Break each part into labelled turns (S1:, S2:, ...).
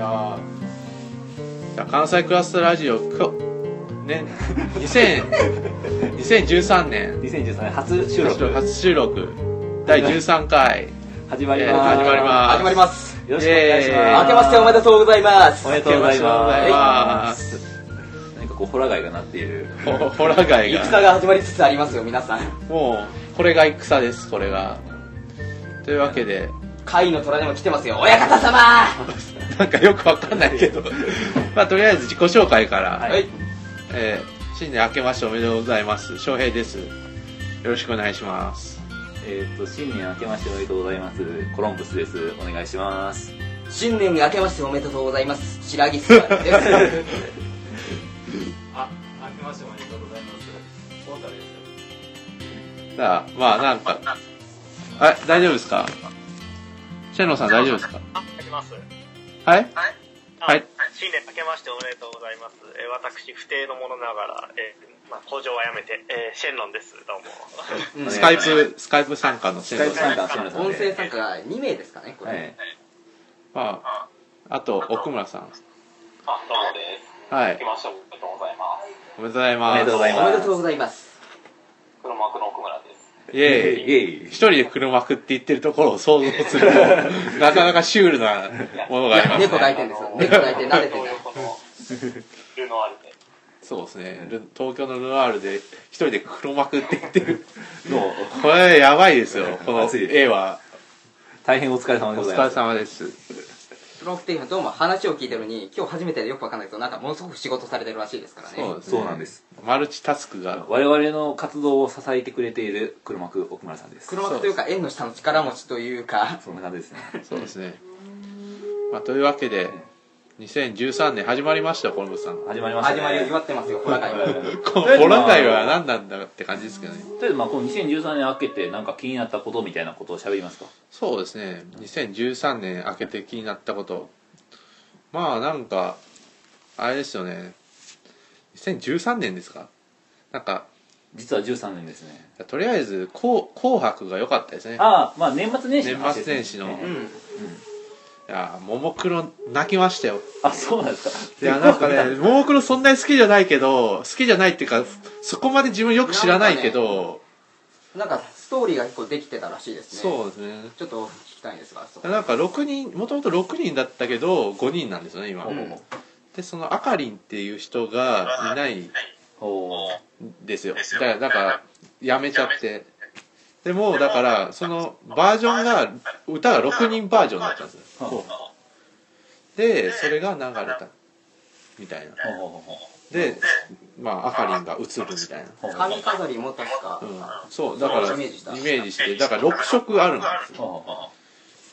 S1: あーじゃあ関西クラスラジオこね2000 2013年
S2: 2013年初収録
S1: 初収録第13回
S2: 始まり
S1: え
S2: ま
S1: ー
S2: す、
S1: 始まります
S3: 始まります
S2: よろしくお願いします
S1: イエーイ
S3: 明けましておめでとうございます
S2: おめでとうございます
S1: おめでとうございます
S2: 何かこうホラガイがなっていう
S1: ほホラガイ
S3: 戦
S1: が
S3: が始まりつつありますよ皆さん
S1: もうこれが戦ですこれがというわけで
S3: 甲斐の虎にも来てますよ親方様
S1: なんかよくわかんないけどまあとりあえず自己紹介から、
S2: はい
S3: はい
S1: えー新年明けましておめでとうございます翔平ですよろしくお願いします
S2: えっと新年明けましておめでとうございますコロンブスですお願いします
S3: 新年明けましておめでとうございます白木さんです
S4: あ、明けましておめでとうございます。太田です。
S1: さあまあなんかあ大丈夫ですかシェノさん大丈夫ですか
S4: あ、明けます。
S1: はい
S4: あ
S1: はい。
S4: 新年明けましておめでとうございます。えー私、不定のものながら、えーまあ、工場はやめて、えーシェンロンです。どうも。
S3: うん
S1: スカイプスカイプ参加のシ
S2: ス
S1: ェノ
S2: カイプ
S1: さん
S2: 参加してもら
S3: 音声参加が2名ですかねこれ、
S2: はい
S1: まああと奥村さん
S4: あ、どうもです。
S1: はい
S4: ましておめでとうございます。
S1: おめでとうござい
S2: お
S1: ま
S2: め
S1: す
S2: でとうございます
S3: おめでとうございます
S4: 黒幕の奥村です。
S1: イエーイ
S2: イエーイ
S1: 一人で車まくって言ってるところを想像す るとなかなかシュールなものがありますね
S3: 猫抱いてるんですよ猫抱いて撫でてる
S4: のルノワールで。
S1: そうですねル東京のルアールで一人で黒幕って言ってる
S2: もう
S1: これやばいですよこの
S2: 熱い
S1: 絵は
S2: 大変お疲れ様
S1: お
S2: でござい
S1: 疲
S2: ま
S1: れ
S2: す
S1: 様です
S3: ブロックテイフどうも話を聞いてるのに今日初めてでよくわかんないけどなんかものすごく仕事されてるらしいですからね
S1: そうです
S2: そうなんです
S1: マルチタスクが
S2: 我々の活動を支えてくれている黒幕奥村さんです
S3: 黒幕というか縁の下の力持ちというか
S2: そんな感じですね
S1: そうですね、まあ、というわけで2013年始まりましたよコロンブスさん
S2: 始まりましたね
S3: 始まりを祝ってますよホラガイは
S1: このホラン街は何なんだって感じですけどね
S2: とりあえずまあこの2013年明けてなんか気になったことみたいなことを喋りますか
S1: そうですね2013年明けて気になったことまあなんかあれですよね2013年ですかなんか
S2: 実は13年ですね
S1: とりあえず紅紅白が良かったですね
S2: ああまあ年末年始
S1: 年末年始の
S2: 話ですね
S3: うん
S1: いやーももクロ泣きましたよ
S2: あそうなんです
S1: い
S2: か
S1: やなんかねももクロそんなに好きじゃないけど好きじゃないっていうかそこまで自分よく知らないけど、
S3: なんかストーリーが結構できてたらしいですね
S1: そうですね
S3: ちょっと聞きたいんですがそこ
S1: なんか6人もともと6人だったけど5人なんですよね今、
S3: うん
S1: でそのあかりんっていう人がいないん
S2: おー
S1: ですよだからだからやめちゃってでもうだからそのバージョンが歌が6人バージョンだったんですよ
S2: ほうほ
S1: でそれが流れたみたいな
S2: うほうほうほう
S1: でまああかりんが映るみたいな
S2: ほう
S3: 髪飾りも確か、
S1: うん、そうだから
S3: そう
S1: イメ
S3: イメージした
S1: ージしてだから6色あるんですよ
S2: ほ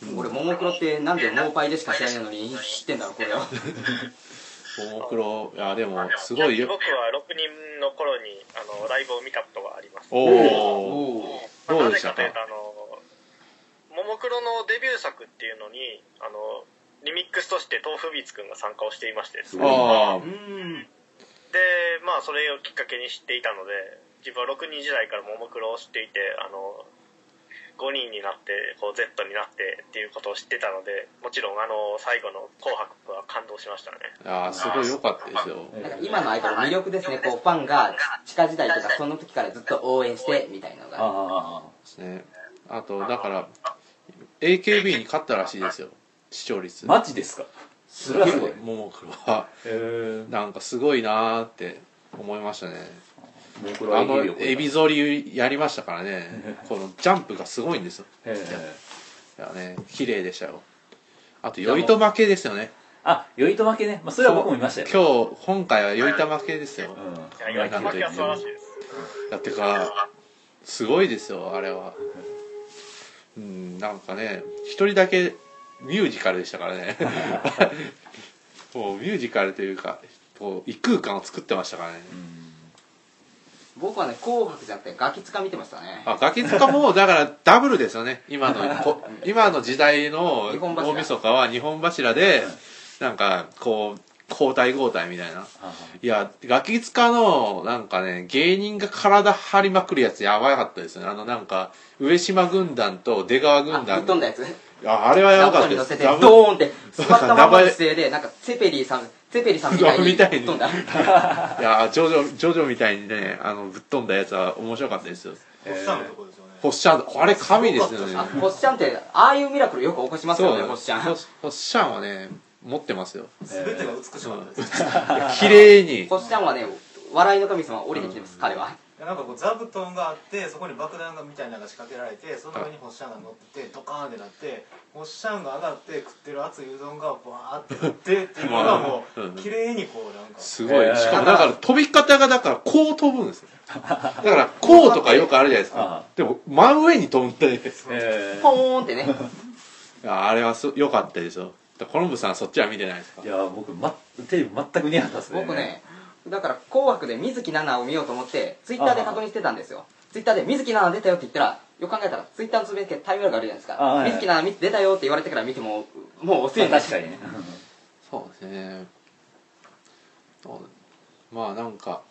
S2: うほ
S3: 俺ももクロってなんでモーパイでしか知らないのに知ってんだろうこれを
S1: ももクロいやでもすごいよ
S4: 僕は6人の頃に、あの、ライブを見たことがあります。
S1: お
S3: お
S1: お
S3: お
S4: まあ
S1: どう
S4: な
S1: で
S4: ぜ
S1: した
S4: か
S1: か
S4: というとあのももクロのデビュー作っていうのにあのリミックスとして豆腐ビーツくんが参加をしていましてですね
S1: ああ
S3: うーん
S4: でまあそれをきっかけに知っていたので自分は6人時代からももクロを知っていてあの5人になってこう Z になってっていうことを知ってたのでもちろんあの最後の「紅白」は感動しましたね
S1: あーすごい良かったですよ
S2: う
S3: なんか今のアイドル魅力ですねこうファンが地下時代とかその時からずっと応援してみたいなの
S2: あああ
S3: が
S2: ああ
S1: ですねあとだから AKB に勝ったらしいですよ視聴率
S2: あマジですか
S3: すごい
S2: すごい
S1: ももクロは
S2: へえ
S1: なんかすごいなーって思いましたね
S2: 僕ら
S1: あ
S2: は
S1: の
S2: エビを超え
S1: エ
S2: た
S1: ビ反りやりましたから ねこのジャンプがすごいんですよ
S2: へえ
S1: いやね綺麗でしたよあと酔いと負けですよね
S2: あ酔いと負けねまあそれは僕も見ましたよ
S1: 今日今回は酔いと負けですよ
S2: うん
S4: いや岩田真希は素晴らしいです
S1: だってかすごいですよあれはうんなんかね一人だけミュージカルでしたから ねもうミュージカルというかこう異空間を作ってましたからね
S2: うん
S3: 僕はね「紅白」じゃなくてガキ使見てましたね
S1: あガキ塚もだからダブルですよね今のこ今の時代の
S3: 日本柱
S1: 大晦日は日本柱でなんかこう交代交代みたいな。
S2: はい
S1: や、ガキツカの、なんかね、芸人が体張りまくるやつやばかったですね。あの、なんか、上島軍団と出川軍
S3: あぶっ
S1: 団。
S3: 飛んだやつ
S1: ああれはやばか
S3: ラ
S1: ったで
S3: ットに乗せ
S1: す。
S3: て
S1: ダブ
S3: ドーンって座
S1: そう
S3: ったまま
S1: 名
S3: の
S1: 前
S3: 姿勢でなんかツェペリーさんツェペリーさんみたいに
S1: み たいに
S3: 飛んだ
S1: いや、ジョジョ、ジョジョみたいにね、あの、ぶっ飛んだやつは面白かったですよ。
S5: ホッサンのとこですよね。
S1: ホッシャン、あれ神ですよね
S3: あ。ホッシャンってああいうミラクルよく起こしますよねホッシャン
S1: ホホッシャンはね、持ってますよ。
S5: すべてが美しかったです。
S1: 綺麗に。
S3: ホッシャンはね笑いの神様降りてきてます彼は
S5: なんかこう座布団があってそこに爆弾がみたいなのが仕掛けられてその上にホッシャンが乗ってドカーンってなってホッシャンが上がって食ってる熱いうどんがバーってなってっていうのがも
S1: まあうん
S5: う綺麗にこうなんか
S1: すごい。
S2: えー
S1: しかも、だから飛び方が、だから、こう飛ぶんですよ。だから、こうとかよくあるじゃないです
S2: ああ
S1: か。でも、真上に飛んで、
S2: えー
S3: ポーンってね
S1: ああれはす良かったですよ。だからコロンブスさん、そっちは見てないですか
S2: いや僕、ま、テレビ全く見なかったですね
S3: 僕ねだから「紅白」で水木奈々を見ようと思ってツイッターで確認してたんですよツイッターで「水木奈々出たよ」って言ったらよく考えたらツイッターのつぶやきタイムラグあるじゃないですか
S2: あはいはい
S3: 水木奈々出たよって言われてから見てももう遅い
S2: まあ
S3: んだ
S2: 確かにね
S1: そうですね。そうまあ、なんか、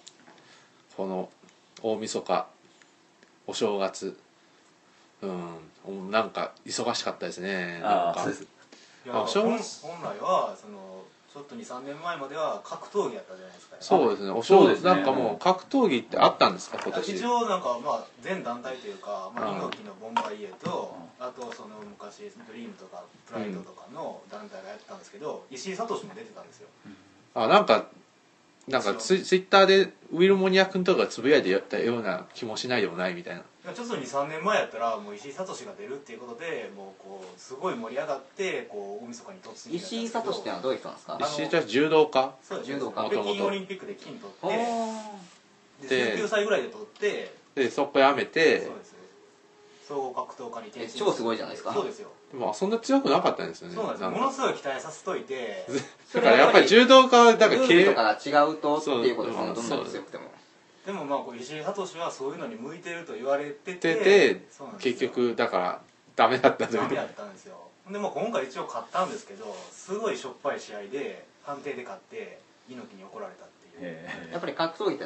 S1: この、大晦日、お正月、うん、なんか、忙しかったですね。なん
S2: ああ
S1: か
S2: そうです
S5: いや
S1: あそう
S5: 本本来はそのちょっと23年前までは格闘技やったじゃないですか
S1: そうですね。お
S2: そう
S1: 正
S2: です
S1: 月、
S2: ね
S1: なんかもう、格闘技ってあったんですか、今年
S5: 一。応なんかまあ全団体というか、まあ、
S1: うん
S5: 猪木のボンバイエとあとその昔ドリームとかプライドとかの団体がやってたんですけど石井聡も出てたんですよ
S1: あなんかなんかツイツイッターでウィル・モニア君とかがつぶやいてやったような気もしないでもないみたいな
S5: ちょっと23年前やったらもう石井聡が出るっていうことでもうこうすごい盛り上がってこう大晦日に突入
S3: 石井聡ってのはどういう人なんですか
S5: あの
S1: 石井ちゃん柔道家
S5: そう
S3: 柔道家
S5: 北
S1: 元
S5: 京
S1: 々
S5: オリンピックで金取
S3: お
S5: っ
S3: ー
S5: て
S1: で
S5: で19歳ぐらいで取って
S1: でそこやめて
S5: そうです総合格闘家に転身
S3: え超すごいじゃないですか
S5: そうですよ
S1: でもそんな強くなかったんですよね
S5: そうなんですよ
S1: か
S5: ものすごい期待させと いて
S1: だからやっぱり柔道家はだか
S3: ル
S1: ら
S3: ー
S1: 経
S3: ルと
S1: 営
S3: かが違うとって
S1: そう
S3: いうことですね
S1: うん
S3: どんなに強くても
S5: でもまあこう石井聡はそういうのに向いてると言われてて
S1: てて
S5: そうなんですよ
S1: 結局だからダメだったんですよ
S5: ダメやったんですよでも今回一応勝ったんですけどすごいしょっぱい試合で判定で勝って猪木に怒られたっていう
S3: やっぱり格闘技って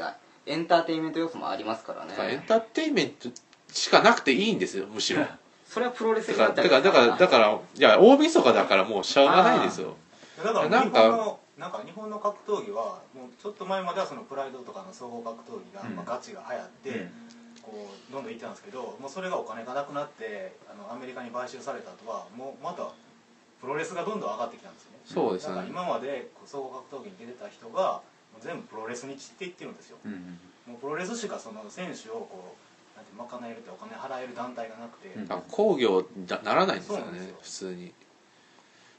S3: エンターテインメント要素もありますから
S1: だからエン
S3: ね
S1: ターテインメントしかなくていいんですよむしろ
S3: それはプロレス
S1: だ
S3: に
S1: か
S3: な
S1: ら
S3: っ
S1: だ
S3: たり
S1: からだからだ
S3: ら
S1: からいや大晦日だからもうしょうがないですよ
S5: だから
S1: な
S5: 日
S1: ん
S5: 本
S1: か
S5: のなんか日本の格闘技はもうちょっと前まではそのプライドとかの総合格闘技が、
S2: うん
S5: まあ、ガチが流行って、
S2: うん
S5: こうどんどん行ってたんですけどもうそれがお金がなくなってあのアメリカに買収された後はもうまたプロレスがどんどん上がってきたんですよね
S1: そうです
S5: だから
S1: ね
S5: 今までこう総合格闘技に出てた人がもう全部プロレスに散っていってるんですよ
S2: うんうん
S5: もうプロレスしかその選手をこうなんて賄えるってお金払える団体がなくて、
S2: うん
S1: あ工業になならないんですよ
S5: そうなんです
S1: ね
S5: よ
S1: 普通に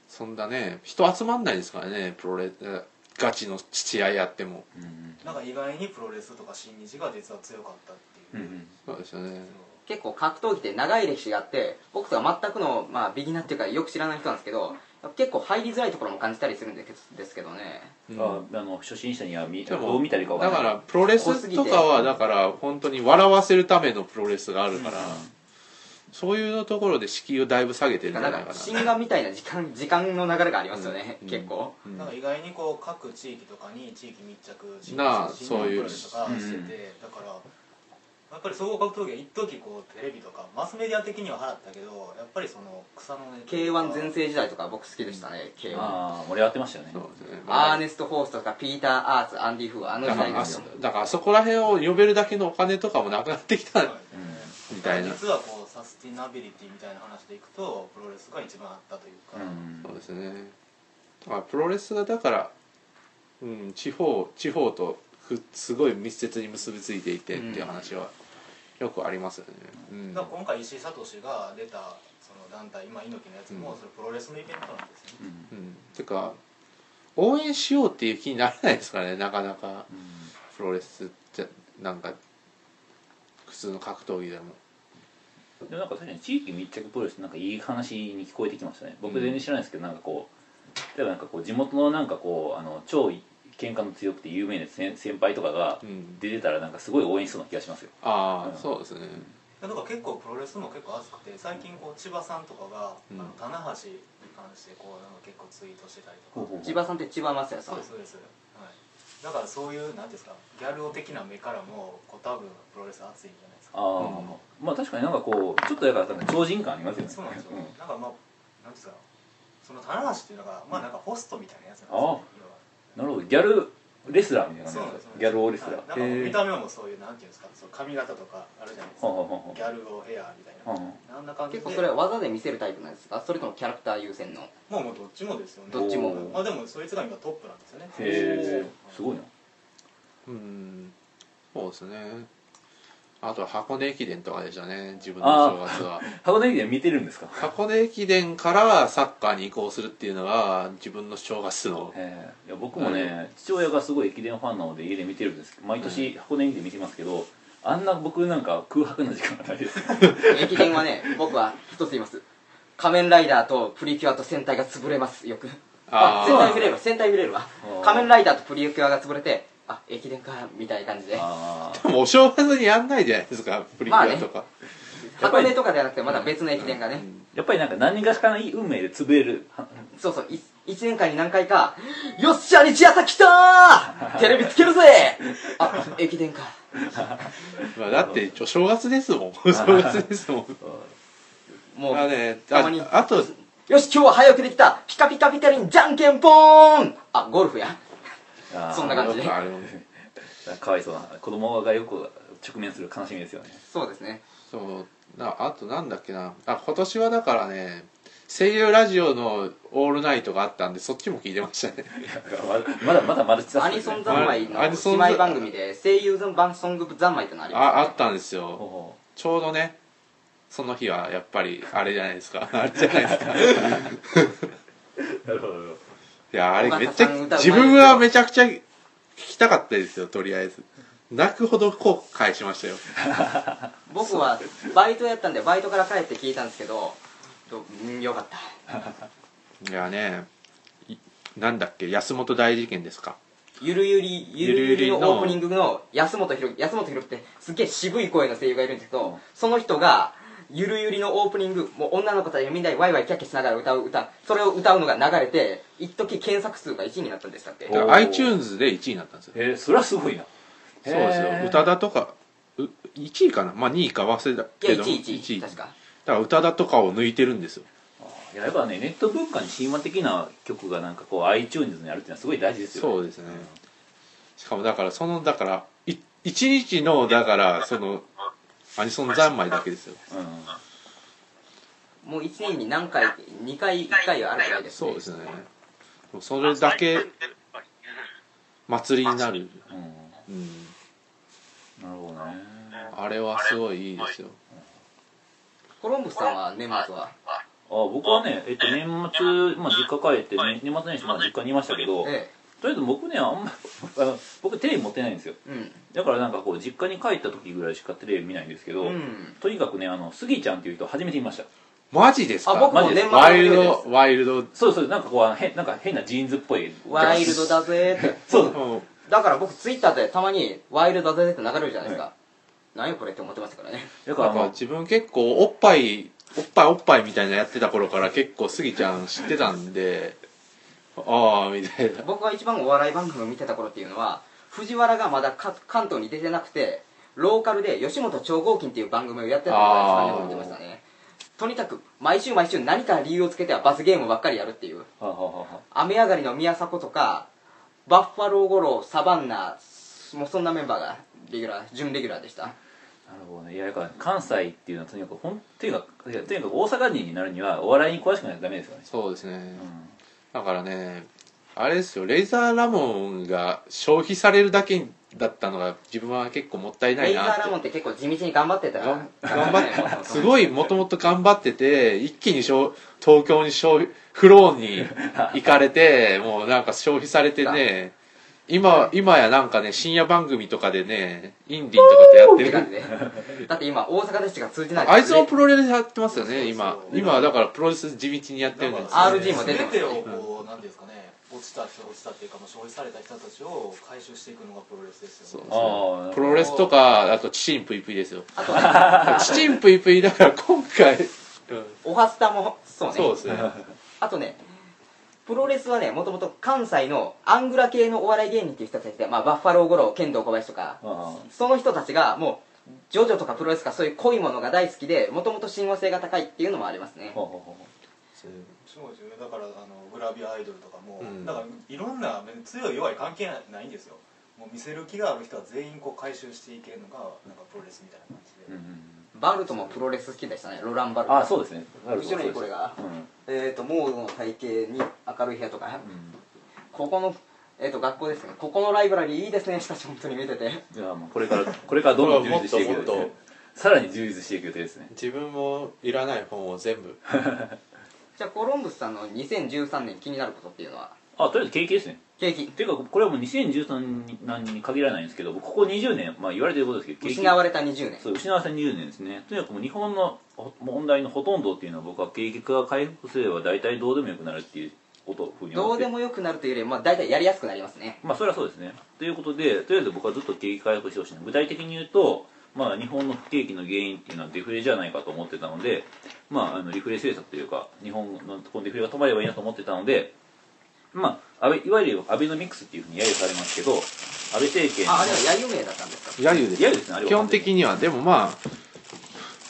S1: そんなね人集まんないですからねプロレスガチの父親やっても
S2: うん
S5: なんか意外にプロレスとか新日が実は強かったっ
S2: う
S5: てい
S2: んう
S5: う、
S2: ん
S1: そうですよね
S3: 結構格闘技って長い歴史があって僕とか全くの、まあ、ビギナーっていうかよく知らない人なんですけど結構入りづらいところも感じたりするんですですけどね
S1: うん
S2: ああの初心者には見
S1: でも
S2: どう見たらいいかわ
S1: だ
S2: か
S1: か
S2: んない
S1: らプロレスとかはだから本当に笑わせるためのプロレスがあるから、そういうところで敷居をだいぶ下げてるんじ
S3: な
S1: ゃ
S3: ん
S1: ないか
S3: か
S1: な
S3: 新眼みたいな時間時間の流れがありますよね、
S1: うん
S3: 結構、
S1: うん
S5: なんか意外にこう各地域とかに地域密着新
S1: なあ
S5: 日新日
S1: そういう
S5: プロレスとかしてて、
S2: うん
S5: だからやっぱり総合格闘技は一時こうテレビとかマスメディア的には払ったけどやっぱりその草の根
S3: k 1全盛時代とか僕好きでしたね k 1
S2: ああ盛り上がってましたよね
S1: そうですね
S3: アーネスト・ホーストとかピーター・アーツアンディ・フーあの
S1: だ
S3: 時
S1: から
S3: 代
S1: あ
S3: です
S1: そ
S3: よ
S1: だからあそこら辺を呼べるだけのお金とかもなくなってきた
S5: はい
S1: みたいな、
S5: 実はこうサスティナビリティみたいな話でいくとプロレスが一番あったというか、
S2: うん
S1: そうですねだからプロレスがだから、うん、地方地方とくすごい密接に結びついていてっていう話はよくありますよね、うん
S5: だから今回石井聡が出たその団体今猪木のやつも、
S1: うん
S5: それプロレスのイベントなんですよね、
S2: うん
S1: うん、てか応援しようっていう気にならないですからねなかなかプロレスってなんか普通の格闘技でも
S2: でもなんか確かに地域密着プロレスなんかいい話に聞こえてきましたね僕全然知らないですけどなんかこう例えばなんかこう地元のなんかこうあの超喧嘩の強くて有名な先先輩とかが
S1: うん
S2: 出てたらなんかすごい応援しそうな気がしますよ
S1: ああ、
S2: うん
S1: そうですね
S5: だから結構プロレスも結構熱くて最近こう千葉さんとかが、
S1: うん
S5: あの棚橋に関してこうなんか結構ツイートしてたりとか、
S2: ほうほう
S3: 千葉さんって千葉雅也さ
S5: そ
S3: ん
S5: うですそうです、はい、だからそういうなんていうんですかギャル男的な目からもこう多分プロレス熱いんじゃないです
S2: あ
S5: か
S2: あ、まあ確かになんかこうちょっとだからなんか超人感ありますよね
S5: そうなんです
S2: ん
S5: よ、なんかまあなんていうんですかその棚橋っていうのがまあなんかホストみたいなやつ
S2: あ
S5: なんです
S2: あ
S5: よ、要は
S2: なるほどギャルレスラーみたいな
S5: そうな
S2: 感じ
S5: ん
S2: ですすか
S5: でよ
S2: ギャル王レスラー
S5: はいなん
S2: へ
S5: かもう
S2: え
S5: 見た目もそういうなんていうんですかそう髪型とかあるじゃないです
S2: は
S5: か
S2: あはあはあは
S5: ギャル語ヘアみたい
S2: あ
S5: な、
S2: はあ
S5: あんな感じで
S3: 結構それは技で見せるタイプなんですかそれともキャラクター優先の
S5: まあまあどっちもですよね
S3: どっちも
S5: まあでもそいつが今トップなんですよね
S2: へえすごいな
S1: うんそうですねあとは箱根駅伝とかでしたね自分
S2: あ
S1: の
S2: ー
S1: 正月は
S2: 箱根駅伝見てるんですか
S1: 箱根駅伝からサッカーに移行するっていうのが自分の正月の
S2: ええいや僕もね、父親がすごい駅伝ファンなので家で見てるんですけど毎年箱根駅伝見てますけど、あんな僕なんか空白の時間がないです
S3: 駅伝はね僕は一つ言います仮面ライダーとプリキュアと戦隊が潰れますよく
S1: あー
S3: あ戦隊見れるわ戦隊見れるわ
S2: ー
S3: 仮面ライダーとプリキュアが潰れてあ駅伝かみたいな感じで
S2: ああ
S1: もうお正月にやんないじゃないですかプリキュアとか、
S3: 箱根とかではなくてまだ別の駅伝がね、
S2: やっぱりなんか何がしかない運命で潰れるは
S3: そうそうい1年間に何回か「よっしゃ日朝来たーテレビつけるぜ!」あ駅伝か
S1: まあ、だって一応正月ですもん正月ですもん
S3: もう
S1: あね
S3: たまに
S1: ああと
S3: よし今日は早くできたピカピカピカリンじゃんけんぽーんあゴルフや
S2: あー
S3: そんな感じで
S1: よくあるもん
S2: かわいそうな子供がよく直面する悲しみですよね
S3: そうですね
S1: そうなあとなんだっけなあ今年はだからね声優ラジオの「オールナイト」があったんでそっちも聞いてました ね
S2: まだまだマルチタス
S3: ア
S2: ク
S3: ニ
S2: ですね
S3: ソン三昧の
S1: アニソン
S3: 姉
S1: 三昧
S3: 妹番組で声優版ソング三昧ってのあります
S1: ああったんです
S2: ほう
S1: よ
S2: ほ
S1: ちょうどねその日はやっぱりあれじゃないですか あれじゃないです かいう
S2: なるほど
S1: やあれめっちゃ
S3: 尾形さん歌うまいです
S1: 自
S3: よ
S1: 分はめちゃくちゃ聞きたかったですよとりあえず泣くほど後悔しましたよ
S3: 僕はバイトやったんでバイトから帰って聞いたんですけどどうんよかった
S1: いやねいなんだっけ安本大事件ですか
S3: ゆるゆりゆるゆり
S1: ゆるゆ
S3: の
S1: りの
S3: オープニングの安本博安本博ってすっげえ渋い声の声優がいるんですけどその人がゆるゆりのオープニングもう女の子たちがみんなでワイワイキャッキャしながら歌う歌それを歌うのが流れて一時検索数が1位になったんでしたっけ
S1: だか
S2: お
S1: ら
S2: ー
S1: iTunes で1位になったんですよ
S2: えー、それはすごいな
S1: そうですよ宇多田とかう1位かなまあ2位か忘れた
S3: いや
S1: け
S3: 1
S1: ど
S3: 位1位
S1: だ
S3: 確
S1: か
S3: から
S1: 宇多田とかを抜いてるんですよ
S2: いややっぱねネット文化に神話的な曲がなんかこう iTunes にあるっていうのはすごい大事ですよね
S1: そうですねしかもだからそのだから1日のだからそのアニソン三昧だけですよ
S2: うん
S3: もう1年に何回2回1回はあるぐらいです
S1: そうですねそれだけ祭りになる、
S2: うん、
S1: うん、
S2: なるほどね
S1: あれはすごいいいですよ
S3: コロンブスさんは年末は
S2: あ僕はね、えっと、年末、まあ、実家帰って、ね、年末年始まだ実家にいましたけど、とり
S3: え
S2: あえず僕ねあんま あの僕テレビ持ってないんですよ
S3: えうん
S2: だからなんかこう実家に帰った時ぐらいしかテレビ見ないんですけど、
S3: うん
S2: とにかくねあのスギちゃんっていう人初めて見ました
S1: マジですか
S3: あ僕
S2: も年末
S1: ワイル
S3: のテレビで
S1: ド
S3: す
S1: ワイルド
S2: そうそうなんかこうあの変なんか変なジーンズっぽい
S3: ワイルドだぜーって
S2: そう
S1: うん
S3: だから僕ツイッターでたまにワイルドだぜって流れるじゃないですか、何よこれって思ってましたからね
S2: だか
S1: な
S2: ら
S1: ん
S2: ま
S1: か
S2: あ
S1: 自分結構おっぱいおっぱいおっぱいみたいなやってた頃から結構スギちゃん知ってたんでああみたいな
S3: 僕が一番お笑い番組を見てた頃っていうのは藤原がまだか関東に出てなくてローカルで吉本超合金っていう番組をやってた頃が一番よく見てましたねとにかく毎週毎週何か理由をつけては罰ゲームばっかりやるっていう
S2: はあはあはあ
S3: 雨上がりの宮迫とかバッファロー五郎サバンナもうそんなメンバーがレギュラー準レギュラーでした
S2: なるほどねいやだから関西っていうのはとにかくほんとにかくいやとにかく大阪人になるにはお笑いに詳しくないとダメですよね
S1: そうですね
S2: うん
S1: だからねあれですよレイザーラモンが消費されるだけだったのが自分は結構もったいな
S3: レイ
S1: い
S3: ザ
S1: な
S3: ーラモン
S1: っ
S3: ってて結構地道に頑張ってたからね
S1: 頑張っすごいもともと頑張ってて一気に消東京に消費フローに行かれてもうなんか消費されてね今今やなんかね深夜番組とかでねインディーとかってやって
S3: って
S1: る
S3: 感じでだって今大阪でしか通じない
S1: あいつもプロレスやってますよね、
S5: そうそう
S1: 今
S5: そう。
S1: 今、だからプロレス地道にやってるんですよ。
S3: RG も出てます
S5: 全てをこうなんていうんですかね落ちた人落ちたっていうかもう消費された人たちを回収していくのがプロレスです
S1: そう
S5: よ
S1: で
S5: ね
S1: す
S2: あ
S1: ね
S2: ー
S1: プロレスとかあとチチンプイプイです よ
S3: あとね
S1: チチンプイプイだから今回、うん
S3: オハスタもそうね
S1: そう ですね
S3: あとねプロレスはねもともと関西のアングラ系のお笑い芸人っていう人たちがいて、まあ、バッファロー五郎剣道小林とか
S2: あ
S3: その人たちがもうジョジョとかプロレスとかそういう濃いものが大好きでもともと親和性が高いっていうのもありますね
S2: あほうほうほ
S5: そうですよねだからあのグラビアアイドルとかも、
S1: うん
S5: だからいろんな別に強い弱い関係ないんですよもう見せる気がある人は全員こう回収していけるのがなんかプロレスみたいな感
S2: う
S5: じ
S2: う
S5: で、
S2: んうん
S3: バルトもプロレス好きでしたねロラン・バル
S2: うんあ
S3: ト
S2: あそうですねなるほど
S3: 後ろにこれが
S2: そうです
S3: えー、とモードの体型に明るい部屋とか、
S2: うんうん
S3: ここの、えー、と学校ですねここのライブラリーいいですねしかし本当に見てて
S2: じゃあもうこれからこれからどんどん充実していく
S1: も
S2: 予定です
S1: っとも
S2: ね
S1: っ
S2: さらに充実していく予定ですね
S1: 自分もいらない本を全部
S3: じゃあコロンブスさんの2013年気になることっていうのは
S2: あとりあえず景気ですね
S3: 景気
S2: っていうかこれはもう2013年に限らないんですけどここ20年、まあ、言われてることですけど景気
S3: 失われた20年
S2: そう失わせ20年ですねとにかくもう日本のほ問題のほとんどっていうのは僕は景気が回復すれば大体どうでもよくなるっていうことふうに
S3: ど
S2: 思っ
S3: う
S2: て
S3: でもよくなるというよりまあ大体やりやすくなりますね
S2: まあそれはそうですねということでとりあえず僕はずっと景気回復してほしいの具体的に言うとまあ日本の不景気の原因っていうのはデフレじゃないかと思ってたのでまああのリフレ政策というか日本のこのデフレが止まればいいなと思ってたのでまあ安倍いわゆるアベノミクスっていうふうに揶揄されますけど安倍政権の
S3: ああれは弥生名だったんですか
S1: 揶揄
S2: 揶揄ですねあれは
S1: 基本的にはでもまあ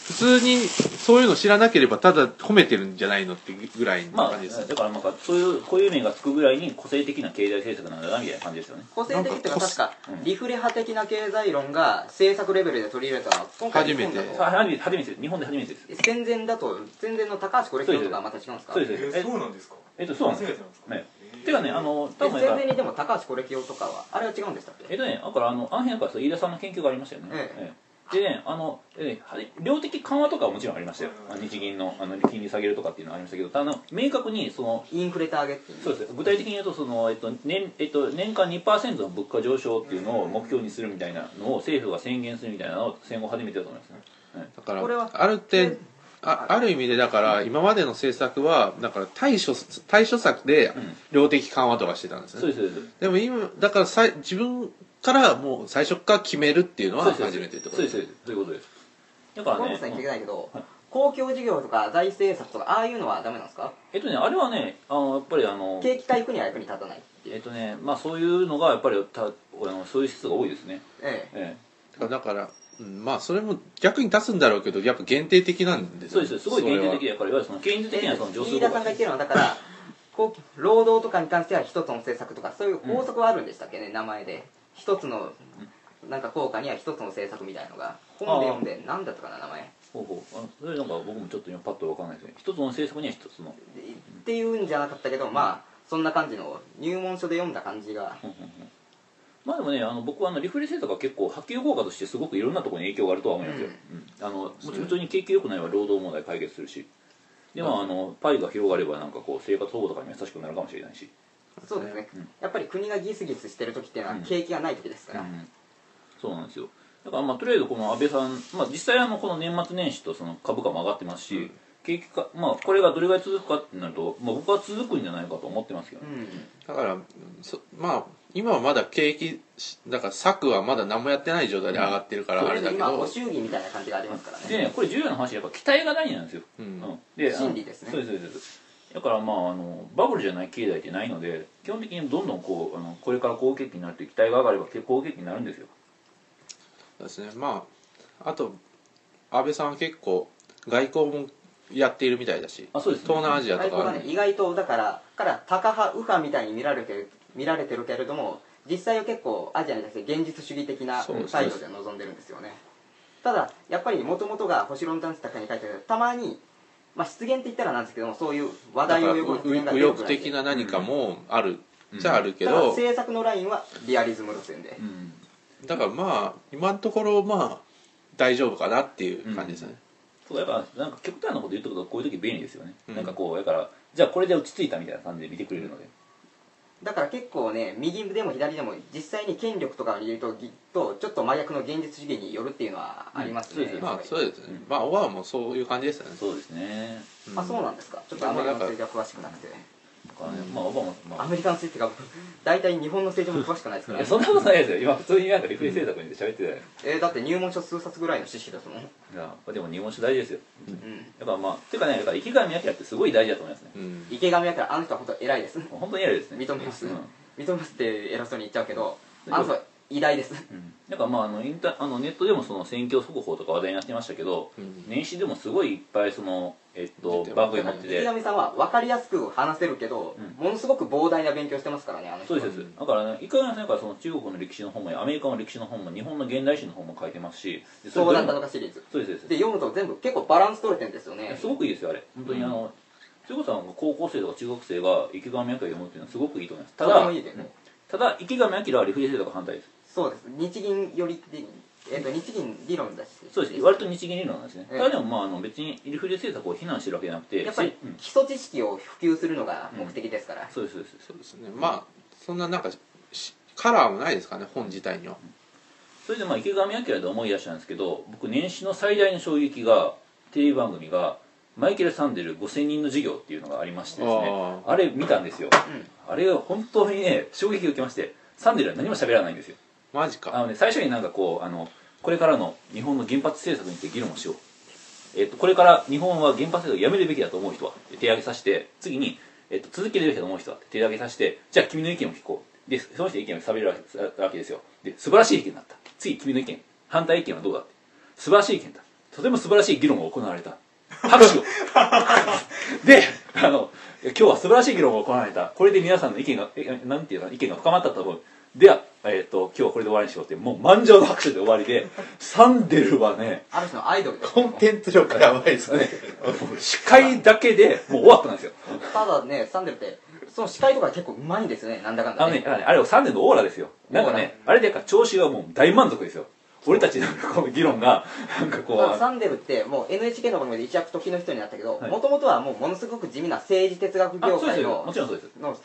S1: 普通にそういうの知らなければただ褒めてるんじゃないのってぐらいの
S2: ま
S1: 感
S2: あ、
S1: じです、
S2: だからなんかそういうこういう面がつくぐらいに個性的な経済政策なんだなみたいな感じですよね。
S3: 個性的っていう
S1: な
S3: か
S1: ん
S3: 確か
S1: か
S2: うん
S3: リフレ派的な経済論が政策レベルで取り入れたのは今回日本だ
S1: 初め
S2: さ
S3: と
S2: あ初めて初めてです日本で初めてです。
S3: 戦前だと戦前の高橋コレクとかはまた違うんですか
S2: そうです。
S5: え
S2: え
S5: ーそうなんですか
S2: えっとそうなんです
S5: 初めてなんですか
S2: ね
S5: えー。
S2: てかねあの多
S3: え
S2: 分
S3: 戦前にでも高橋コレキオとかはあれは違うんでしたっ
S2: え
S3: け
S2: っとねだからあのあの辺からそう飯田さんの研究がありましたよね。
S3: ええ
S2: ええでねあのええはい量的緩和とかはもちろんありましたよ。あの日銀のあの金利下げるとかっていうのはありましたけど、ただ明確にその
S3: インフレターゲッティング
S2: そうですね具体的に言うとその、えっと年えっと、年間2%の物価上昇っていうのを目標にするみたいなのを政府が宣言するみたいなのを戦後初めてだと思いますね。
S1: だか
S3: これは
S1: らあるってあある意味でだから今までの政策はだから対処対処策で
S2: ん
S1: 量的緩和とかしてたんですね、
S2: そうですそうです
S1: でも今だからさい自分からもう最初から決めるっていうのは
S2: そう
S1: 初
S2: です
S1: めてってこと
S2: そう
S1: で
S2: ですすそうですそういうことですだから
S3: コロン
S2: ね
S3: ブスさんに聞いて
S2: うん
S3: ないけど公共事業とか財政策とかああいうのはダメなんですか
S2: えっとねあれはねあのやっぱりあの
S3: 景気回復には役に立たないっていう
S2: えっとねまあそういうのがやっぱりたあのそういう施設が多いですね
S3: ええ
S2: え
S1: だから、うん、まあそれも役に立つんだろうけどやっぱ限定的なん
S2: え
S1: です
S2: そ
S1: よ
S2: うですすごい限定的
S1: で
S2: だからいわゆるその現実的にはその上
S3: 飯
S2: 昇
S3: 田さんが言ってるのはだからこう労働とかに関しては一つの政策とかそういう法則はあるんでしたっけね、名前で一つのなんか効果には一つの政策みたいのが本で読んで何だったかな名前っ
S2: ほうほうあのそれなんか僕もちょっと今パッとわかんないですね一つの政策には一つの
S3: ていうんじゃなかったけどまあそんな感じの入門書で読んだ感じが
S2: まあでもねあの僕はあのリフレ政策は結構波及効果としてすごくいろんなところに影響があるとは思いますよ、うんあの普通に景気良くないは労働問題解決するしでもあのパイが広がればなんかこう生活保護とかにも優しくなるかもしれないし
S3: そうですね、やっぱり国がギスギスしてる時っていうのは景気がない時ですから、
S2: うんそうなんですよだからまあとりあえずこの安倍さん、まあ、実際あのこの年末年始とその株価も上がってますし、景気かまあ、これがどれぐらい続くかってなると、まあ、僕は続くんじゃないかと思ってますけどね、
S3: う
S1: だからうんそまあ今はまだ景気しだから策はまだ何もやってない状態で上がってるからあれ
S3: ん、
S1: だけ
S3: 今お
S1: ど、
S3: 祝儀みたいな感じがありますからね
S2: でねこれ重要な話やっぱ期待が大事なんですよ、
S1: うん
S2: で
S3: 心理ですね
S2: あのそうですそうですだからまああのバブルじゃない経済ってないので基本的にどんどんこうあのこれから好景気になるって期待が上がれば好景気になるんですよ
S1: そうですねまああと安倍さんは結構外交もやっているみたいだし
S2: あそうですね
S1: 東南アジア
S3: 外
S1: と
S3: 交
S1: か
S3: がね意外とだからからタカ派右派みたいに見られてる見られてるけれども実際は結構アジアに対して現実主義的な
S1: そうです
S3: 態度で臨んでるんですよねただやっぱりもともとが星論探査とかに書いてあるたまにまあ失言って言ったらなんですけどもそういう
S1: だか
S3: 話題
S1: ら
S3: を
S1: う
S3: 呼ぶ発言が
S1: 右
S3: 出る
S1: 翼
S3: くらいで
S1: 的な何かもある、
S2: うん
S1: じゃあるけ
S3: ただ
S1: ど、
S3: 政策のラインはリアリズム路線で、
S2: うん
S1: だからまあ今のところまあ大丈夫かなっていう感じですね、
S2: そうやっぱなんか極端なこと言っとくとこういう時便利ですよね、
S1: うん
S2: なんかこうだからじゃあこれで落ち着いたみたいな感じで見てくれるので、
S3: だから結構ね右でも左でも実際に権力とかの理由とぎとちょっと真逆の現実主義によるっていうのはありますね、
S2: うんそうです
S1: まあそうですね、まあオバマもそういう感じですよね
S2: そうですね
S3: あそうなんですかちょっとあんまり私が詳しくなくて
S2: からね、まあオバマ、ま
S3: ア
S2: あ
S3: メリカの政治が大体日本の政治も詳しくないですか
S2: いや
S3: ら
S2: そんなことないですよ今普通になんかリフレ政策について喋ってたよ、
S3: えーだって入門書数冊ぐらいの知識ですもん
S2: いやでも日本酒大事ですよ
S3: うん
S2: だからまあていうかねだから池上彰ってすごい大事だと思いますね
S1: うん
S3: 池上彰あの人は本当偉いです
S2: 本当に偉いですね
S3: 認めます、
S2: うん
S3: 認めますって偉そうに言っちゃうけど
S2: うん
S3: あの人は偉大です
S2: うんだからまああのインタあのネットでもその選挙速報とか話題になってましたけど、
S1: うん
S2: 年始でもすごいいっぱいそのえっと
S1: 出てます
S2: 番組持って
S3: 池
S2: て
S3: 上さんは分かりやすく話せるけど、
S2: うん
S3: ものすごく膨大な勉強してますからねあの人
S2: そう
S3: は
S2: ですそうですだからねいかがなからその中国の歴史の本もアメリカの歴史の本も日本の現代史の本も書いてますしで
S3: そうだった
S2: ど
S3: の
S2: れも
S3: かシリーズ
S2: そうですそうで
S3: で
S2: す
S3: 読むと全部結構バランス取れてるんですよ
S2: いや
S3: ね
S2: すごくいいですよあれ本当にあの、それこそあの高校生とか中学生が池上彰を読むっていうのはすごくいいと思いますた
S3: とて
S2: だ
S3: もいいですね
S2: ただ池上彰はリフレ政策反対です
S3: そうです日銀よりでえっ、と日銀理論だし
S2: そうです割と日銀理論なんですね、
S3: ええ
S2: ただでもまああの別にリフレ政策を非難してるわけじゃなくて
S3: やっぱり
S2: うん
S3: 基礎知識を普及するのが目的ですから、
S2: そうですそうです
S1: そうですねまあそんななんかしカラーもないですかね本自体には
S2: それでまあ池上彰で思い出したんですけど僕年始の最大の衝撃がテレビ番組がマイケル・サンデル5000人の授業っていうのがありましてですねあれ見たんですよ、あれが本当にね衝撃を受けましてサンデルは何も喋らないんですよ
S1: マジ
S2: あ
S1: か
S2: のね最初になんかこうあのこれからの日本の原発政策について議論をしよう、えっと、これから日本は原発政策をやめるべきだと思う人はって手挙げさせて次に、えっと、続けるべきだと思う人はって手挙げさせてじゃあ君の意見を聞こうでその人の意見を喋るわけわけですよで素晴らしい意見だった次君の意見反対意見はどうだって素晴らしい意見だとても素晴らしい議論が行われた拍手をであのいや今日は素晴らしい議論が行われたこれで皆さんの意見がえなんていうかな意見が深まったと思うでは、えっと今日はこれで終わりにしようってもう満場の拍手で終わり でサンデルはね
S3: ある種のアイドルです
S1: コンテンツ力がやばいですね
S2: もう司会だけでもう終わったんですよ
S3: ただねサンデルってその司会とか結構うまいんですよねなんだかん
S2: あ
S3: だ
S2: のね
S3: ね
S2: あのねあれはサンデルのオーラですよなんかねあれでか調子がもう大満足ですよ俺たちのこの議論がなんかこう
S3: まあサンデルってもう NHK の番組で一躍時の人になったけど
S2: はい
S3: もともとはもうものすごく地味な政治哲学
S2: あ
S3: 業
S2: そうです
S3: 界
S2: よも
S3: の
S2: ちろんそうです
S3: の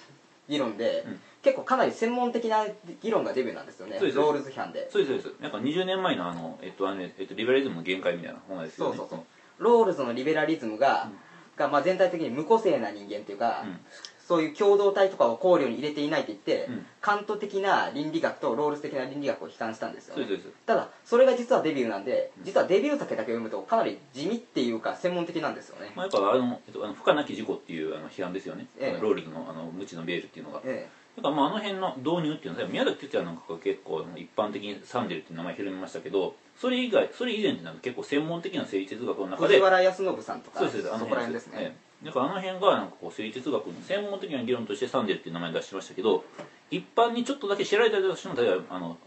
S3: 議論で、
S2: うん
S3: 結構かなり専門的な議論がデビューなんですよね
S2: そうです
S3: ロールズ批判で
S2: そうですそうですなんか20年前のあの、えっとあのねえっと、リベラリズムの限界みたいな本ですよ、ね、
S3: そうそうロールズのリベラリズムが,、がまあ全体的に無個性な人間っていうか、
S2: うん
S3: そういう共同体とかを考慮に入れていないって言って、
S2: うん
S3: カント的な倫理学とロールズ的な倫理学を批判したんですよ、
S2: そう
S3: ね
S2: ですそうです
S3: ただそれが実はデビューなんで実はデビュー作だけ読むとかなり地味っていうか専門的なんですよね、
S2: まあ、やっぱあの、えっと、あの不可なき事故っていうあの批判ですよね、
S3: ええ
S2: ロールズのあの無知のベールっていうのが、
S3: え
S2: だからまああの辺の導入っていうのは宮崎哲也なんかが結構あの一般的にサンデルっていう名前広めましたけどそれ以外それ以前ってなんか結構専門的な政治哲学の
S3: え
S2: 中で
S3: 藤原康信さんとか
S2: そうですあの
S3: そこら辺ですね、
S2: ええだからあの辺がなんかこう政治哲学の専門的な議論としてサンデルっていう名前を出してましたけど一般にちょっとだけ知られたりとしても例えばあの、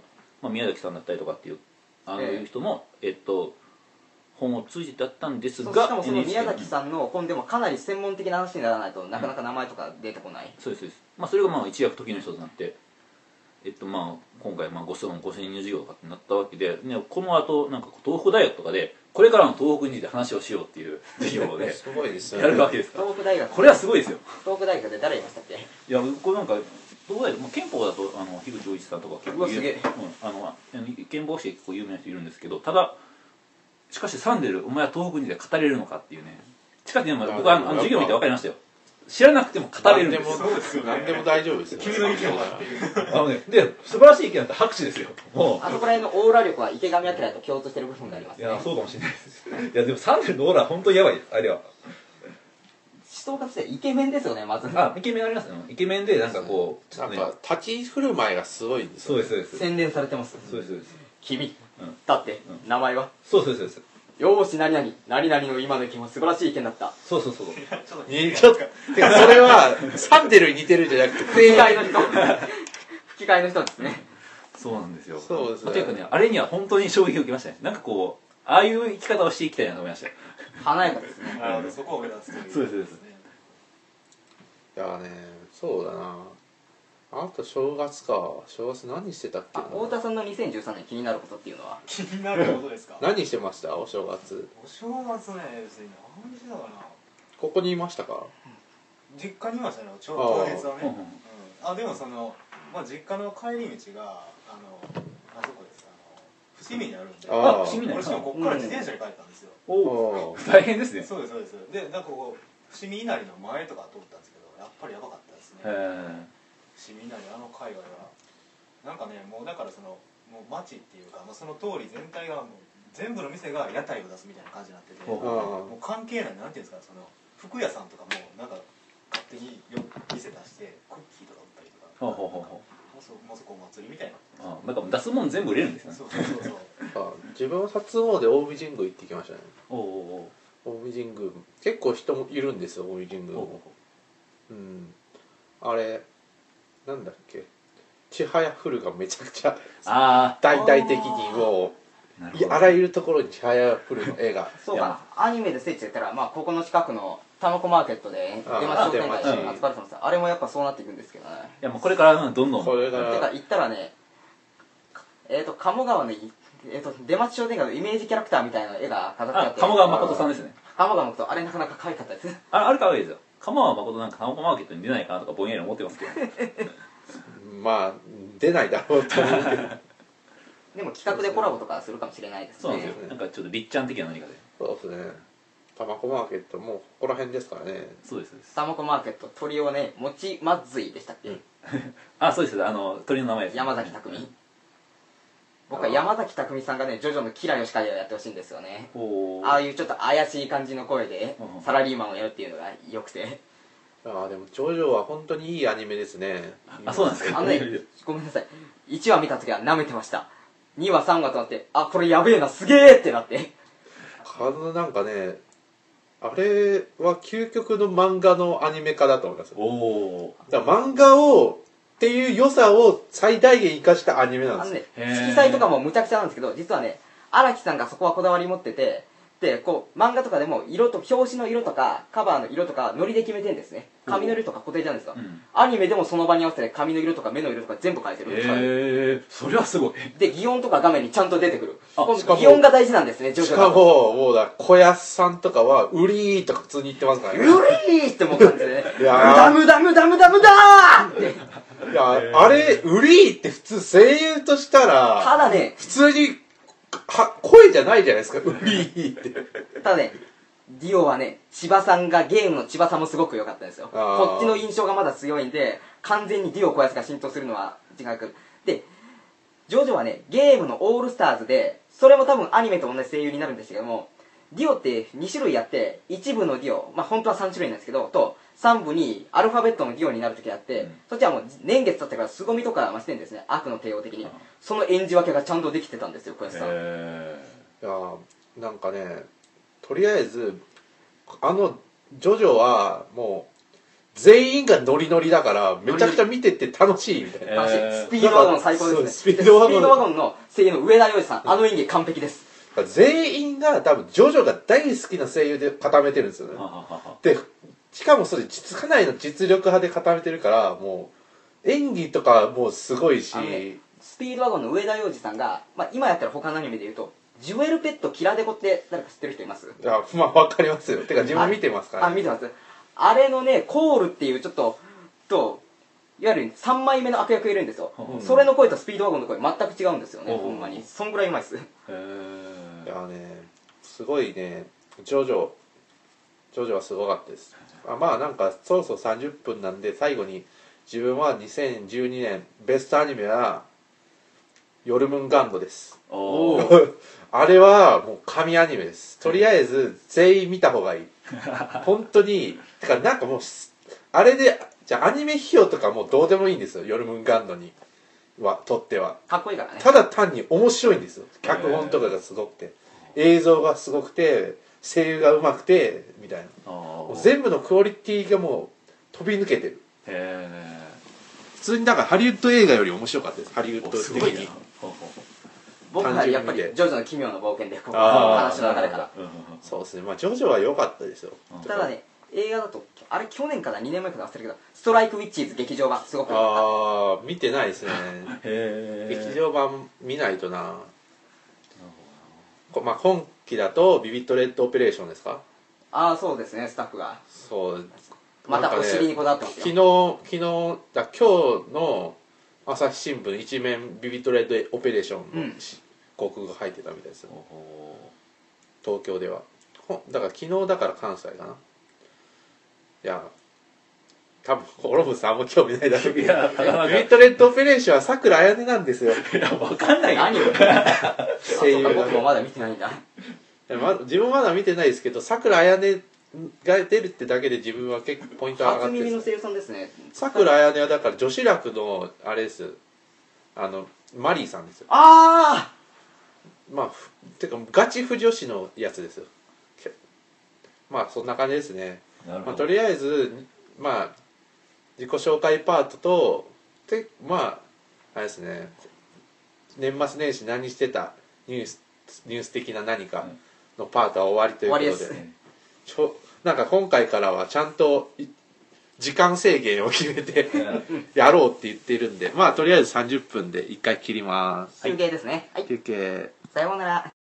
S2: まあ、宮崎さんだったりとかっていうあの、
S3: ええ
S2: いう人もえっと本を通じてだったんです
S3: そ
S2: が
S3: うしかもその
S2: NHK
S3: 宮崎さんの本でもかなり専門的な話にならないとなかなか名前とか出てこない、
S2: そうですそうです、まあ、それがまあ一躍時の人となって、えっと、まあ今回まあ5000の5000人の授業とかってなったわけで、ね、この後なんかこう東北大学とかでこれからの東北について話をしようって いう授業をね
S1: すごいですよ
S2: やるわけですから
S3: 東北大学
S2: これはすごいですよ
S3: 東北大学で誰いましたっけ
S2: いやこれなんか東北大学、まあ、憲法だとあの樋口洋一さんとか結
S3: う
S2: 構
S3: わすげえ
S2: うん、あのあの憲法史で結構有名な人いるんですけどただしかしサンデルお前は東北にで語れるのかっていうねしかしね、まあ、僕はあのあの授業見て分かりましたよ知らなくても語れるん
S1: 何
S2: で
S1: です
S2: よ
S1: も
S5: そうですよね
S1: 何でも大丈夫ですよ
S5: 君の意見はっていう
S2: あのね、で、素晴らしい意見だったら拍手ですよ。も
S3: あそこら辺のオーラ力は池上彰と共通してる部分があります
S2: う。い
S3: ね
S2: や、そうかもしれないです。いや、でもサンデルのオーラは本当にやばいです、あれは。
S3: 思想家としてイケメンですよねまず
S2: あ、イケメンありますね。イケメンで、なんかこう、ちょ
S1: な
S2: っ
S1: ん
S2: とね、
S1: か立ち振る舞いがすごいんです
S2: そ
S1: よ
S2: うです、そうです。
S3: 洗練されてます
S2: そうです、そうです。
S3: 君、
S2: うん
S3: だって、
S2: う
S3: 名前は
S2: そうそうそうです。
S3: よーし何々何々の今の意見は素晴らしい意見だった
S2: そうそうそう。
S5: ちょっと
S1: にちょっとてかそれはサンデルに似てるんじゃなくて
S3: 吹き替えの人 吹き替えの人ですね
S2: そうなんですよ。
S1: そうですね
S2: というかね、あれには本当に衝撃を受けましたね。なんかこう、ああいう生き方をしていきたいなと思いましたよ。
S3: 華やかですね
S5: なるほどそこを目指すという
S2: そうですそうです
S1: いやねそうだなあと正月か正月何してたっけ
S3: あ太田さんの2013年気になることっていうのは
S5: 気になることですか
S1: 何してましたお正月
S5: お正月ね別に何してたかな
S1: ここにいましたか
S5: 実家にいましたねちょう
S1: あ
S5: ど
S1: あ
S5: 当日はね
S2: うんうん
S5: うんあでもその、まあ、実家の帰り道があのあそこですあの伏見にあるんで
S1: ああ
S2: あ、不思議な
S5: 俺しかもこっから自転車で帰ったんですよ、
S2: お
S1: お
S2: 大変ですね。
S5: そうですそうですでなんかこう伏見稲荷の前とか通ったんですけどやっぱりやばかったですね
S2: へえ
S5: 市民なりあの界隈はなんかねもうだからそのもう街っていうか、まあ、その通り全体がもう全部の店が屋台を出すみたいな感じになってて
S2: ほうほ
S5: もう関係ないなんていうんですかその服屋さんとかもなんか勝手によ店出してクッキーとか売ったりとか
S2: ほうほうほうほ
S5: もうそもうそこお祭りみたいな
S2: あなんかもう出すもん全部売れるんですね
S5: そうそうそうそう
S1: あ自分は初詣で大神宮行ってきましたね
S2: おうおうおう
S1: 大神宮結構人もいるんですよ大神宮もうんあれなんだっけちはやふるがめちゃくちゃ
S2: あ
S1: 大々的にも
S2: あな
S1: う
S2: るほ
S1: い
S2: ど
S1: あらゆるところにちはやふるの絵が
S3: そうかアニメで聖地って言ったら、まあ、ここの近くのタマコマーケットで
S1: あー
S3: 出町商店街
S1: 出
S3: で
S1: 町
S3: 扱われてますあれもやっぱそうなっていくんですけどね
S2: いやもうこれからうんどんどん
S1: これが
S3: てか行ったらねえっ、と鴨川のい、えー、と出町商店街のイメージキャラクターみたいな絵が飾ってあっ
S2: あ
S3: て
S2: 鴨川誠さんですね
S3: 鴨川誠あれなかなか可愛かったです
S2: ああれかわいいですよ鴨川誠なんか鴨川マーケットに出ないかなとかぼんやり思ってます けど
S1: まあ出ないだろうと思う けど
S3: でも企画でコラボとかするかもしれないですね
S2: そうなんですよなんかちょっとりっちゃん的な何かで
S1: そうですね玉子マーケットもうここら辺ですからね
S2: そうですそうです
S3: タマコマーケット鳥をねもちまずいでしたっけ、
S1: うん
S2: あそうですあの鳥の名前です
S3: 山崎
S2: う
S3: 匠
S2: ん
S3: 僕は山崎匠さんがねジョジョのキラヨシカリをやってほしいんですよね
S2: お
S3: ああ
S2: ー
S3: いうちょっと怪しい感じの声で
S2: うんうん
S3: サラリーマンをやるっていうのが良く て
S1: ああでも「ジョジョ」は本当にいいアニメですね
S2: あそうなんですか
S3: あのねごめんなさい1話見た時は舐めてました2話3話となってあこれやべえなすげえってなって
S1: あのなんかねあれは究極の漫画のアニメ化だと思います
S2: お お
S1: だから漫画をっていう良さを最大限生かしたアニメなん
S3: あ
S1: で
S3: の
S1: すよ
S3: ね
S2: へー
S3: 色彩とかもむちゃくちゃなんですけど実はね荒木さんがそこはこだわり持っててでこう漫画とかでも色と表紙の色とかカバーの色とかノリで決めてんですね髪の色とか固定じゃないですか、
S2: うん
S3: アニメでもその場に合わせて髪の色とか目の色とか全部変えてるんですよ
S2: ええそれはすごい
S3: で、擬音とか画面にちゃんと出てくる。
S2: あ
S3: この
S1: しかも
S3: 擬音が大事なんですね、ジョジ
S1: し
S3: ョだ
S1: か
S3: と。
S1: ももうだ小安さんとかは「ウリー」とか普通に言ってますから
S3: う
S1: ね
S3: りーってもう感じでね。
S1: いやー
S3: 無駄無駄無駄無駄無駄ーって。
S1: いやあれ「ウリー」って普通声優とした
S3: た
S1: ら
S3: だね、
S1: 普通には声じゃないじゃないですか「ウリー」って
S3: ただね、ディオはね、千葉さんが、ゲームの千葉さんもすごく良かったんですよ。
S1: あー
S3: こっちの印象がまだ強いんで、完全にディオ小安が浸透するのは違う。で、ジョジョはね、ゲームのオールスターズで、それも多分アニメと同じ声優になるんですけども、ディオって2種類あって、一部のディオ、まあ本当は3種類なんですけど、と、3部にアルファベットのディオになる時があって、
S2: うん
S3: そっちはもう年月経ってから凄みとか増してるんですね、悪の帝王的に
S2: あー。
S3: その演じ分けがちゃんとできてたんですよ、小安さん。
S2: え
S1: いやなんかねとりあえずあの「ジョジョ」はもう全員がノリノリだからめちゃくちゃ見てて楽しいみたいな
S3: 話
S2: えー
S3: スピードワゴン最高ですね
S1: そうスピードワゴン
S3: でスピードワゴンの声優の上田洋二さんあの演技完璧です
S1: 全員が多分ジョジョが大好きな声優で固めてるんですよね
S2: ははは
S1: でしかもそれ実かなりの実力派で固めてるからもう演技とかもうすごいし
S3: あのねスピードワゴンの上田洋二さんが、まあ、今やったら他のアニメで言うとジュエルペットキラデコって誰か知ってる人います
S1: いやまあわかりますよてか自分見てますから
S3: あ見てますあれのねコールっていうちょっとといわゆる3枚目の悪役いるんですよ、
S2: うん
S3: それの声とスピードワゴンの声全く違うんですよね、
S2: うん
S3: ほんまにそんぐらいうまいっす
S2: え
S1: いやねすごいねジョジョジョジョはすごかったですあまあなんかそろそろ30分なんで最後に自分は2012年ベストアニメは「ヨルムンガンド」です
S2: おおー
S1: あれはもう神アニメですとりあえず全員見た方がい い本当にてかなんかもうすあれでじゃあアニメ費用とかもうどうでもいいんですよヨルムンガンドにはとっては
S3: かっこいいからね
S1: ただ単に面白いんですよ脚本とかがすごくて映像がすごくて声優がうまくてみたいな
S2: あ
S1: もう
S2: ー
S1: 全部のクオリティがもう飛び抜けてる
S2: へえ
S1: 普通になんかハリウッド映画より面白かったですハリウッド
S2: すごい
S1: 的
S2: な
S1: に
S2: ほうほうほう
S3: 僕はやっぱり
S1: 単純に見て
S3: ジョジョの奇妙な冒険でここ
S1: あ
S3: 話の流れから
S2: うんうん
S1: そうですねまあジョジョは良かったですよ
S2: うん
S3: ただね映画だとあれ去年から2年前から忘れたけどストライクウィッチーズ劇場版すごく
S1: ああ見てないですね
S2: へえ
S1: 劇場版見ないとなこまあ今期だとビビットレッドオペレーションですか
S3: ああそうですねスタッフが
S1: そう
S3: ま
S1: なん
S3: た
S1: か
S3: お
S1: ね
S3: 尻にこだわってます
S1: 昨
S3: よ、
S1: 日昨日だ今日の朝日新聞一面ビビットレッドオペレーション
S3: う
S1: の
S3: ん
S1: し広告が入ってたみたいですよ
S2: ほうほ
S1: 東京ではほだから昨日だから関西かないや多分コロブスあんま興味ないだろうけ
S2: い
S1: ど
S2: や、な
S1: ユ
S2: ん
S1: ニットレッドオペレーションはさくらあやねなんですよ
S2: か、わかんないよ。
S3: 何を
S1: 声優
S3: あそうか
S1: の
S3: 僕もまだ見てないんだ
S1: ま自分まだ見てないですけどさくらあやねが出るってだけで自分は結構ポイント上が
S3: 初
S1: って
S3: 耳
S1: る
S3: の声優さんですね
S1: さくらあやねはだから女子楽のあれですあのマリーさんですよ
S3: あ
S1: まあふてかガチ不女子のやつですよけまあそんな感じですね
S2: なる
S1: まあ、
S2: ほ
S1: と
S2: ど。
S1: りあえずまあ自己紹介パートとでまああれですね年末年始何してたニュースニュース的な何かのパートは終わりということで
S3: 終わり
S2: です
S1: ちょなんか今回からはちゃんとい時間制限を決めてやろうって言ってるんでまあとりあえず30分で一回切ります、
S3: あ休憩ですねはい
S1: 休憩
S3: さようなら